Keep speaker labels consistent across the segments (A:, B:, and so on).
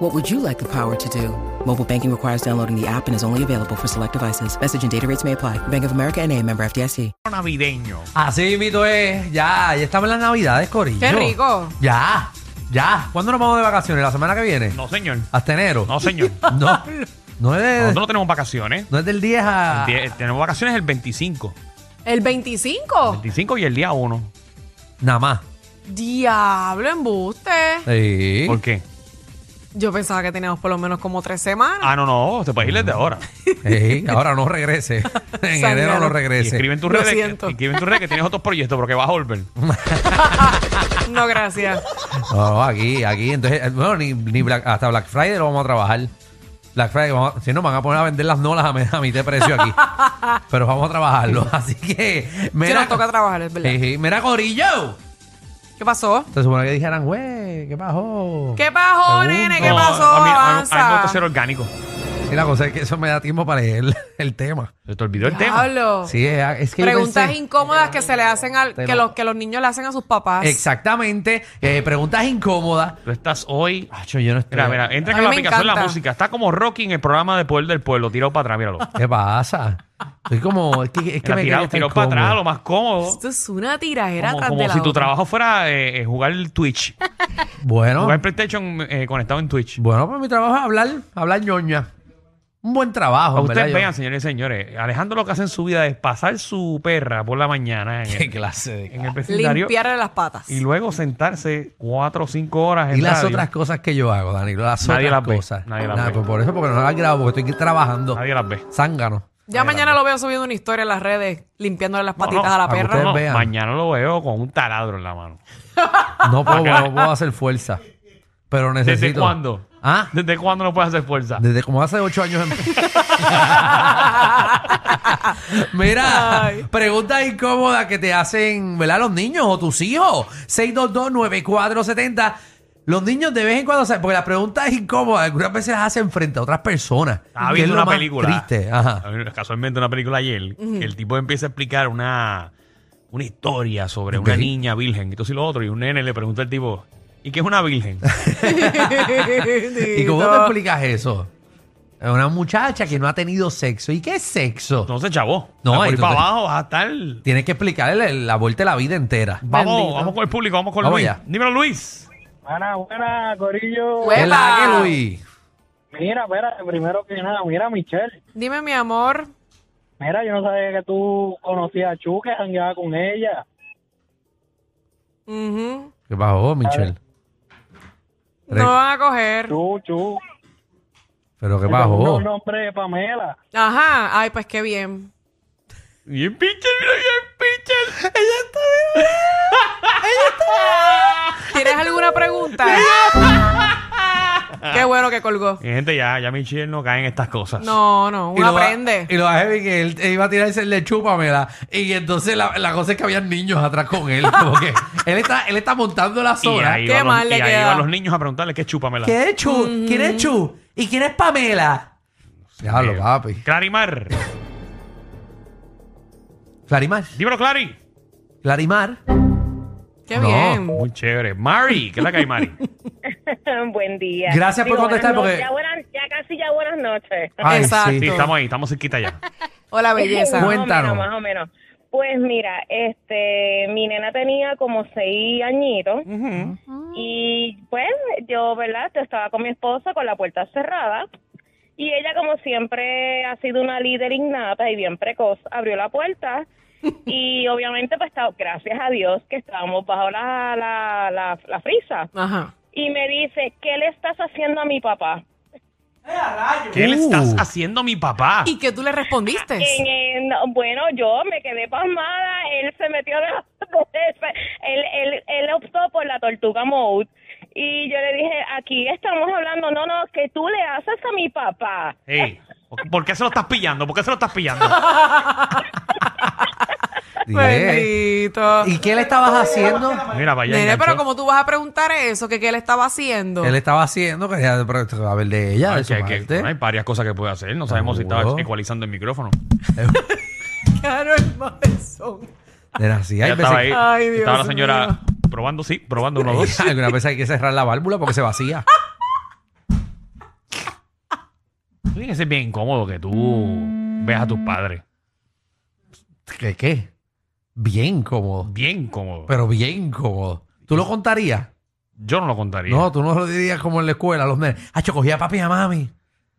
A: What would you like the power to do? Mobile banking requires downloading the app and is only available for select devices. Message and data rates may apply. Bank of America and a member FDIC.
B: navideño.
C: Así mito es, ya, ya estamos en las navidades, Corillo.
D: Qué rico.
C: Ya, ya. ¿Cuándo nos vamos de vacaciones? ¿La semana que viene?
B: No, señor.
D: Ah.
C: ¿Hasta enero?
B: No, señor.
C: No, no es, de-
B: Nosotros no tenemos vacaciones.
C: no es del 10
D: Ah.
C: a...
B: Tie- Tenemos vacaciones el 25.
D: ¿El 25?
B: 25 y el día 1.
C: Nada más.
D: Diablo, embuste.
C: Sí.
B: ¿Por qué?
D: Yo pensaba que teníamos por lo menos como tres semanas.
B: Ah, no, no. Te puedes ir desde ahora.
C: Sí, ahora no regrese. En
D: Sangrado.
C: enero no
B: Y
C: regrese.
B: escribe en tus
D: Lo
B: redes.
D: siento.
B: que- Escribe en tus redes que tienes otros proyectos porque vas a volver. Ah.
D: No, gracias.
C: No, aquí, aquí. Entonces, eh, bueno, ni, ni Black- hasta Black Friday lo vamos a trabajar. Black Friday, vamos a- si no, van a poner a vender las nolas a, mi- a mitad de precio aquí. Pero vamos a trabajarlo. Así que...
D: Si nos toca trabajar, es
B: Eh.
D: verdad.
C: Sí, sí. Mira, Corillo.
D: ¿Qué pasó?
C: Se supone que dijeran, güey, ¿qué pasó?
D: ¿Qué pasó,
C: Segundo.
D: nene? ¿Qué
B: No,
D: pasó?
B: A mí, a mí- a mí me gusta ser
D: Avanza.
B: orgánico.
C: Y la cosa es que eso me da tiempo para leer el tema.
B: Se te olvidó el tema.
D: Diablo.
C: Sí, es es que yo
D: Preguntas
C: pensé-
D: incómodas que se le hacen al,
C: Te
D: que
C: lo-
D: los que los niños le hacen a sus papás.
C: Exactamente. eh, preguntas incómodas.
B: Tú estás hoy.
C: Acho, yo no estoy-
B: Mira, mira, entra
D: A
B: con
D: mí
B: la
D: me
B: aplicación la
D: encanta.
B: música. Está como Rocky en el programa de Poder del Pueblo. Tirado para atrás, míralo.
C: ¿Qué pasa? Soy como... Es que, es que
B: Mira,
C: me
B: tirado,
C: quedé
B: tirado
C: tan
B: para atrás,
C: incómodo.
B: lo más cómodo.
D: Esto es una tiradera
B: Como,
D: tras
B: como
D: de la
B: si tu
D: otra.
B: trabajo fuera eh, eh, jugar el Twitch.
C: Bueno,
B: Jugar PlayStation eh, conectado en Twitch.
C: bueno, pues mi trabajo es hablar, hablar ñoña. Un buen trabajo,
B: Para
C: en
B: ustedes vean,
C: ¿verdad? Yo-
B: señores y señores, Alejandro lo que hace en su vida es pasar su perra por la mañana en
C: Qué
B: el,
C: clase de...
B: en el vecindario
D: Limpiarle las patas.
B: y luego sentarse cuatro o cinco horas en
C: Y las
B: radio.
C: otras cosas que yo hago, Danilo, las
B: Nadie
C: otras
B: las ve,
C: cosas.
B: nadie las
C: Nada,
B: ve.
C: pues por eso, porque no las grabo, porque estoy aquí trabajando.
B: Nadie las ve.
C: Zángano.
D: Ya mañana lo veo subiendo una historia en las redes, limpiándole las patitas a la
C: para que
D: perra.
C: ustedes vean.
B: Mañana lo veo con un taladro en la mano.
C: No puedo, no puedo hacer fuerza. Pero necesito.
B: ¿Desde cuándo?
C: Ah,
B: ¿Desde cuándo no puedes hacer fuerza?
C: desde como hace ocho años. em- en- Mira,
D: Ay.
C: preguntas incómodas que te hacen, ¿verdad? Los niños o tus hijos. 6229470. Los niños de vez en cuando, o sea, porque las preguntas incómodas algunas veces las hacen frente a otras personas.
B: Estaba
C: que es
B: viendo
C: lo
B: una
C: más
B: película.
C: Triste, ajá.
B: Casualmente una película ayer. que el tipo empieza a explicar una, una historia sobre una
C: Ok.
B: niña virgen. Entonces y lo otro. Y un nene le pregunta al tipo, ¿y qué es una virgen?
C: ¿Y cómo te explicas eso? Es Una muchacha que no ha tenido sexo. ¿Y qué es sexo?
B: Entonces, chavo,
C: No,
B: por ahí
C: y tú
B: para
C: te-
B: abajo vas a estar...
C: Tienes que explicarle la vuelta de la vida entera.
B: Vamos,
D: Bendito.
B: vamos con el público, vamos con
C: Vamos
B: Luis.
C: allá.
B: Dímelo, Luis.
E: Buena, buena, Corillo.
D: Bueno.
C: ¿Qué la que,
D: ¡Epa!
C: Luis?
E: Mira, espérate, primero que nada, mira, Michelle.
D: Dime, mi amor.
E: Mira, yo no sabía que tú conocías a Chu, que jangueaba con ella.
D: Ujú.
C: ¿Qué pasó, Michelle? Re-
D: No van a coger.
E: Chu, Chu.
C: ¿Pero qué
E: Ese es
C: pasó?
E: Un nombre de Pamela.
D: Ajá. Ay, pues qué bien.
B: Bien pincher, mira bien pincher. Ella está
D: ¿Tienes alguna pregunta? qué bueno que colgó.
B: gente, ya, ya Michelle no cae en estas cosas.
D: No, no, uno
C: lo va-
D: aprende.
C: y lo más heavy que él él iba a tirarse el de chúpamela. Y entonces la, la cosa es que habían niños atrás con él. Como que él está, él está montando la
B: Y
C: sola.
B: ahí,
D: Qué
B: van los,
D: mal le
B: y ahí
D: queda.
B: van los niños a preguntarle qué chúpamela.
C: ¿Quién es Chu? ¿Quién es Chu? ¿Y quién es Pamela? Diablo, papi.
B: Eh, Clarimar.
C: Clarimar.
B: Dímelo, Clary.
C: Clarimar.
D: Qué
C: No.
D: bien.
B: Muy chévere. Mari, ¿qué es la que hay, Mari?
F: Buen día.
C: Gracias por contestar,
F: buenas
C: porque-
F: no- Ya, buenas- ya casi ya buenas noches.
C: Ay,
D: Exacto.
B: Sí,
C: sí.
B: estamos ahí, estamos cerquita ya.
D: Hola, belleza.
C: Bueno. Cuéntanos.
F: Más o menos, más o menos. Pues mira, este, mi nena tenía como seis añitos y pues yo, ¿verdad? Yo estaba con mi esposo con la puerta cerrada y ella como siempre ha sido una líder innata y bien precoz, abrió la puerta y obviamente pues está- gracias a Dios que estábamos bajo la, la, la, la frisa
D: Ajá.
F: y me dice, ¿qué le estás haciendo a mi papá?
B: ¿Qué le
C: Uh.
B: estás haciendo a mi papá?
D: ¿Y qué tú le respondiste?
B: Pues.
F: En- en- no, bueno, yo me quedé pasmada. Él se metió de la. él, él, él optó por la tortuga mode. Y yo le dije, aquí estamos hablando, no, no, que tú le haces a mi papá.
B: Ey, ¿Por qué se lo estás pillando? ¿Por qué se lo estás pillando?
C: Dile.
D: Bendito.
C: ¿Y qué le estabas haciendo?
B: Mira, vaya.
D: Nene,
B: enganchó.
D: pero como tú vas a preguntar eso, que qué le estaba haciendo.
C: Él estaba haciendo que ya, pero esto va a ver de ella,
B: Ay,
C: de su
B: que- que-
C: parte.
B: hay varias cosas que puede hacer. No sabemos si
C: Seguro.
B: estaba ecualizando el micrófono.
D: Claro, el maestro.
C: Era así.
B: Ya
C: Hay veces,
B: estaba ahí.
D: Ay, Dios
B: estaba la señora probando, sí, probando uno, dos.
C: Algunas veces hay que cerrar la válvula porque se vacía.
B: Tiene que ser bien incómodo que tú veas a tus padres.
C: ¿Qué qué? Bien cómodo.
B: Bien incómodo.
C: Pero bien cómodo. ¿Tú lo contarías?
B: Yo no lo contaría.
C: No, tú no lo dirías como en la escuela, los nenes. Ah, yo cogía a papi y a mami.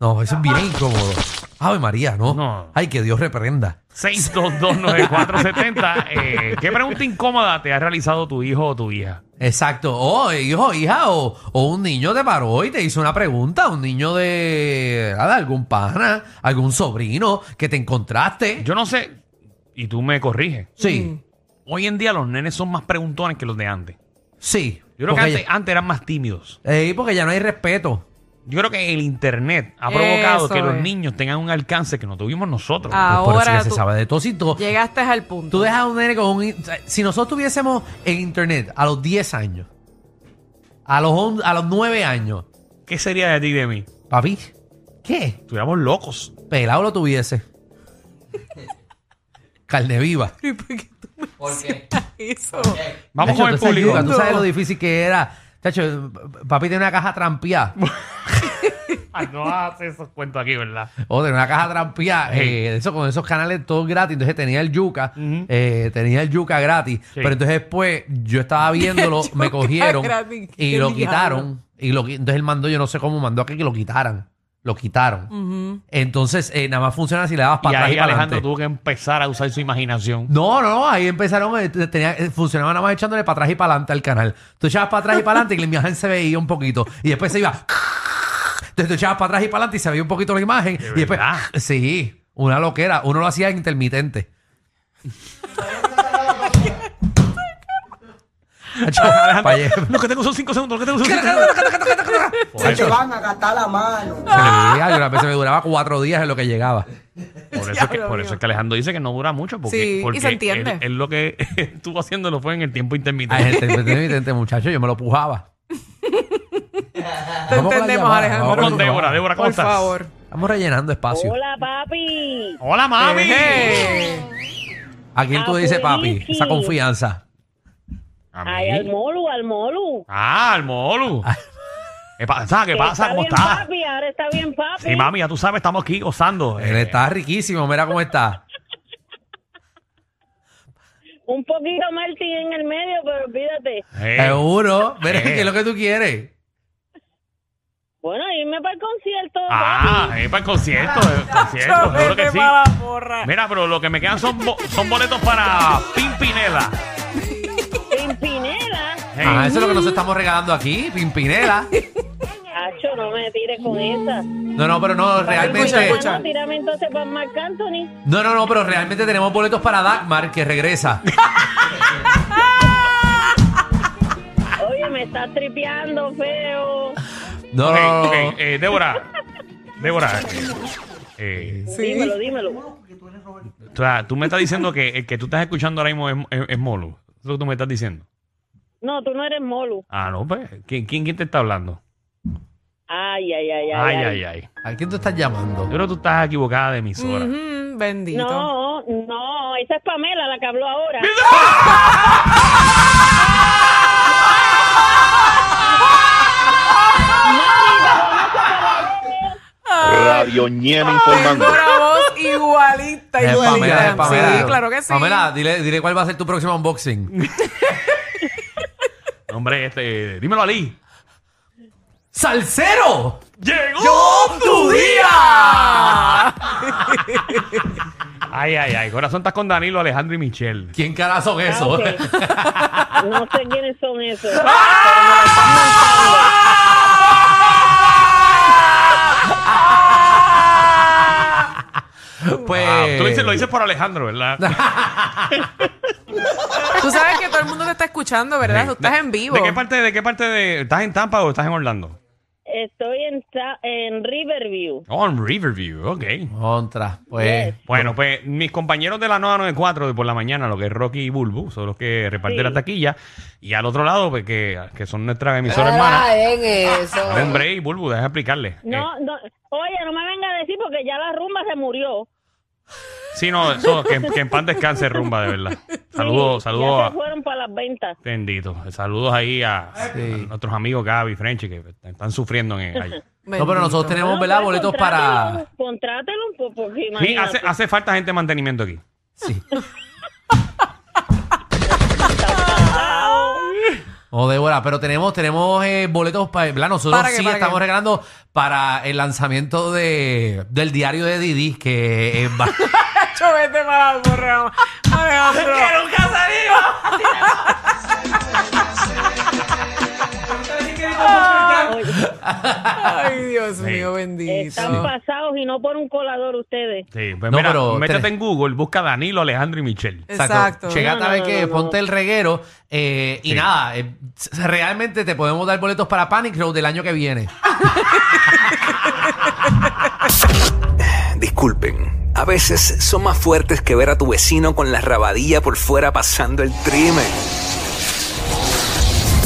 C: No, eso es bien incómodo. Ave María, no.
B: No.
C: Ay, que Dios reprenda.
B: 6229470. eh, ¿Qué pregunta incómoda te ha realizado tu hijo o tu hija?
C: Exacto. O hijo, hija, o, o un niño te paró y te hizo una pregunta. Un niño de, nada, algún pana, algún sobrino que te encontraste.
B: Yo no sé, y tú me corriges.
C: sí,
D: Mm.
B: Hoy en día los nenes son más preguntones que los de antes.
C: sí.
B: Yo creo
C: Porque
B: que antes,
C: ya-
B: antes eran más tímidos.
C: Ey, porque ya no hay respeto.
B: Yo creo que el internet ha provocado
D: Eso
B: que los
D: es.
B: niños tengan un alcance que no tuvimos nosotros.
D: Ah.
C: Pues por eso
D: Ahora
C: que se
D: tú-
C: sabe de todo y todo.
D: Mm. Llegaste al punto.
C: Tú dejas a un nene con un... Si nosotros tuviésemos en internet a los 10 años, a los, on- a los 9 años,
B: ¿Qué sería de ti y de mí?
C: Papi, ¿qué?
B: Estuviéramos locos.
C: Pelado lo tuviese. Carne viva.
D: ¿Y por qué tú me hiciste eso?
B: Vamos
C: Chacho,
B: con el
C: tú esa
B: público.
C: yuca, Tú sabes lo difícil que era. Chacho, papi tiene una caja trampeada.
B: Ah, no haces esos cuentos aquí, ¿verdad?
C: O tenía una caja trampeada. eh, eso, con esos canales todos gratis. Entonces tenía el yuca. eh, tenía el yuca gratis. Pero entonces después yo estaba viéndolo, me
D: yuca
C: cogieron
D: gratis,
C: y
D: qué
C: lo
D: diablo.
C: quitaron. Y lo, qui- entonces él mandó, yo no sé cómo mandó a que lo quitaran. Lo quitaron. Entonces, eh, nada más funciona si le dabas
B: y
C: para atrás
B: ahí
C: y para
B: Alejandro
C: adelante.
B: tuvo que empezar a usar su imaginación.
C: No, no, ahí empezaron, eh, te- tenía, eh, funcionaba nada más echándole para atrás y para adelante al canal. Tú echabas para atrás y para adelante y la imagen se veía un poquito. Y después se iba. Entonces tú echabas para atrás y para adelante y se veía un poquito la imagen. y después.
B: verdad?
C: Sí, una loquera. Uno lo hacía intermitente. Pa' allá.
B: Lo que tengo son 5 segundos, lo que tengo son 5
C: Se te
B: segundos.
C: Sí, algunas veces me duraba cuatro días en lo que llegaba.
B: Por eso, es que, por eso es que Alejandro dice que no dura mucho. Porque,
D: Sí, y
B: porque
D: se entiende.
B: Él, él lo que estuvo haciendo lo fue en el tiempo
C: Ay,
B: intermitente.
C: gente intermitente, muchacho, yo me lo pujaba.
D: Te
C: Vamos con la
D: entendemos,
C: llamada,
D: Alejandro.
C: vamos
B: Vamos con Débora. Débora, ¿cómo
D: Por
B: estás?
D: favor.
C: Estamos rellenando espacio.
F: Hola, papi.
B: Hola, mami.
D: Eh,
C: ¿A quién tú
F: Ah,
C: dices, papi?
F: Polichi.
C: Esa confianza.
B: A
F: Ay, al
B: mí.
F: Molu, al Molu.
B: Ah, al Molu. ¿Qué pasa? ¿Qué pasa?
F: Está
B: ¿Cómo
F: bien,
B: estás?
F: papi, ahora está bien, papi.
B: Sí, mami, ya tú sabes, estamos aquí gozando.
C: Él
B: Eh,
C: está riquísimo, mira cómo está.
F: Un poquito Martín en el medio, pero olvídate.
B: eh,
C: Seguro. Mira,
B: Eh.
C: ¿qué es lo que tú quieres?
F: Bueno, irme para el concierto.
B: Ah, es para el concierto. el concierto,
D: Chacho,
B: seguro que
D: vete
B: sí.
D: pa' la porra.
B: Mira, pero lo que me quedan son, bo- son boletos para Pimpinela.
F: papi. En Pinela.
B: Eh,
C: Ah, eso es lo que nos estamos regalando aquí, Pimpinela.
F: Acho, no me tires con esa.
C: No, no, pero no,
D: Escucha,
C: realmente.
D: escucha.
F: Ah, no, tírame entonces para Marc Anthony.
C: No, no, no, pero realmente tenemos boletos para Dagmar que regresa.
F: Oye, me estás tripeando, feo.
C: ¿Ah, No,
B: ok,
C: no, no,
B: ok,
C: no.
B: eh, Débora. Débora. eh, eh,
D: Sí.
F: Dímelo, dímelo.
B: o sea, tú me estás diciendo que el que tú estás escuchando ahora mismo es, es- es Molu. Eso es lo que tú me estás diciendo.
F: No, tú no eres Molu.
B: Ah, no, pues. ¿Quién, quién, quién te está hablando?
F: Ay, ay, ay, ay.
B: Ay, ay, ay.
C: ¿A quién tú estás llamando?
B: Yo creo que tú estás equivocada de emisora.
D: Ujú, Bendito.
F: No, no, esa es Pamela la que habló ahora.
G: Radio Ñema
D: Tengo
G: informando.
D: una voz igualita,
C: Es
D: igualita.
C: Eh, Pamela, es Pamela.
D: Sí, claro que sí.
C: Pamela, dile, dile cuál va a ser tu próximo unboxing.
B: Hombre, este, dímelo, Ali.
C: ¡Salsero!
B: ¡Llegó!
C: tu día!
B: Ay, ay, ay. Corazón, estás con Danilo, Alejandro y Michelle.
C: ¿Quién caras son esos?
F: ok. Ah, No sé quiénes son esos.
C: pues.
B: Ah,
D: Eh.
B: tú lo dices, lo dices por Alejandro, ¿verdad?
D: Tú sabes que todo el mundo te está escuchando, ¿verdad? Tú estás en vivo.
B: ¿De qué parte de qué parte de estás en Tampa o estás en Orlando?
F: Estoy en, Sa- en Riverview.
B: On Oh, Riverview, ok.
C: Contra. Pues.
B: Bueno, pues mis compañeros de la 994 de por la mañana, lo que es Rocky y Bulbu, son los que reparten
F: Sí.
B: la taquilla. Y al otro lado, pues que, que son nuestras emisoras hermanas. Dale un break, Bulbu, déjame explicarle. Eh,
F: No, no, oye, no me venga a decir porque ya la rumba se murió.
B: Sí, no, eso, que, que en pan descanse rumba, de verdad. Saludos,
F: Sí,
B: saludos
F: Ya se
B: a.
F: fueron para las ventas.
B: Bendito. Saludos ahí a,
C: Sí.
B: a nuestros amigos Gaby y Frenchy que están sufriendo en allá.
C: No, pero nosotros tenemos,
F: No,
C: ¿verdad?
F: pues,
C: Boletos para.
F: contrátelo, Contrátelo un poco, porque
B: Sí,
F: imagínate.
B: hace, hace falta gente de mantenimiento aquí.
C: Sí. Oh, Débora, pero tenemos, tenemos eh, boletos para. Nosotros
D: Para que,
C: sí
D: para
C: estamos
D: que.
C: regalando para el lanzamiento de, del diario de Didi, que eh, va-
D: Chacho, vete para el programa. Alejandro.
F: Ah,
D: Ay, Dios
B: Sí.
D: mío, bendito.
F: Están pasados y no por un colador ustedes.
B: Sí, pues
C: No,
B: mira,
C: pero
B: métete
C: tenés-
B: en Google, busca Danilo, Alejandro y Michelle.
D: Exacto.
C: Llegate
F: No,
C: a
F: no,
C: ver
F: no,
C: que
F: no, no.
C: ponte el reguero eh, y
B: Sí.
C: nada, eh, s- realmente te podemos dar boletos para Panic Row del año que viene.
H: Disculpen, a veces son más fuertes que ver a tu vecino con la rabadilla por fuera pasando el trimen.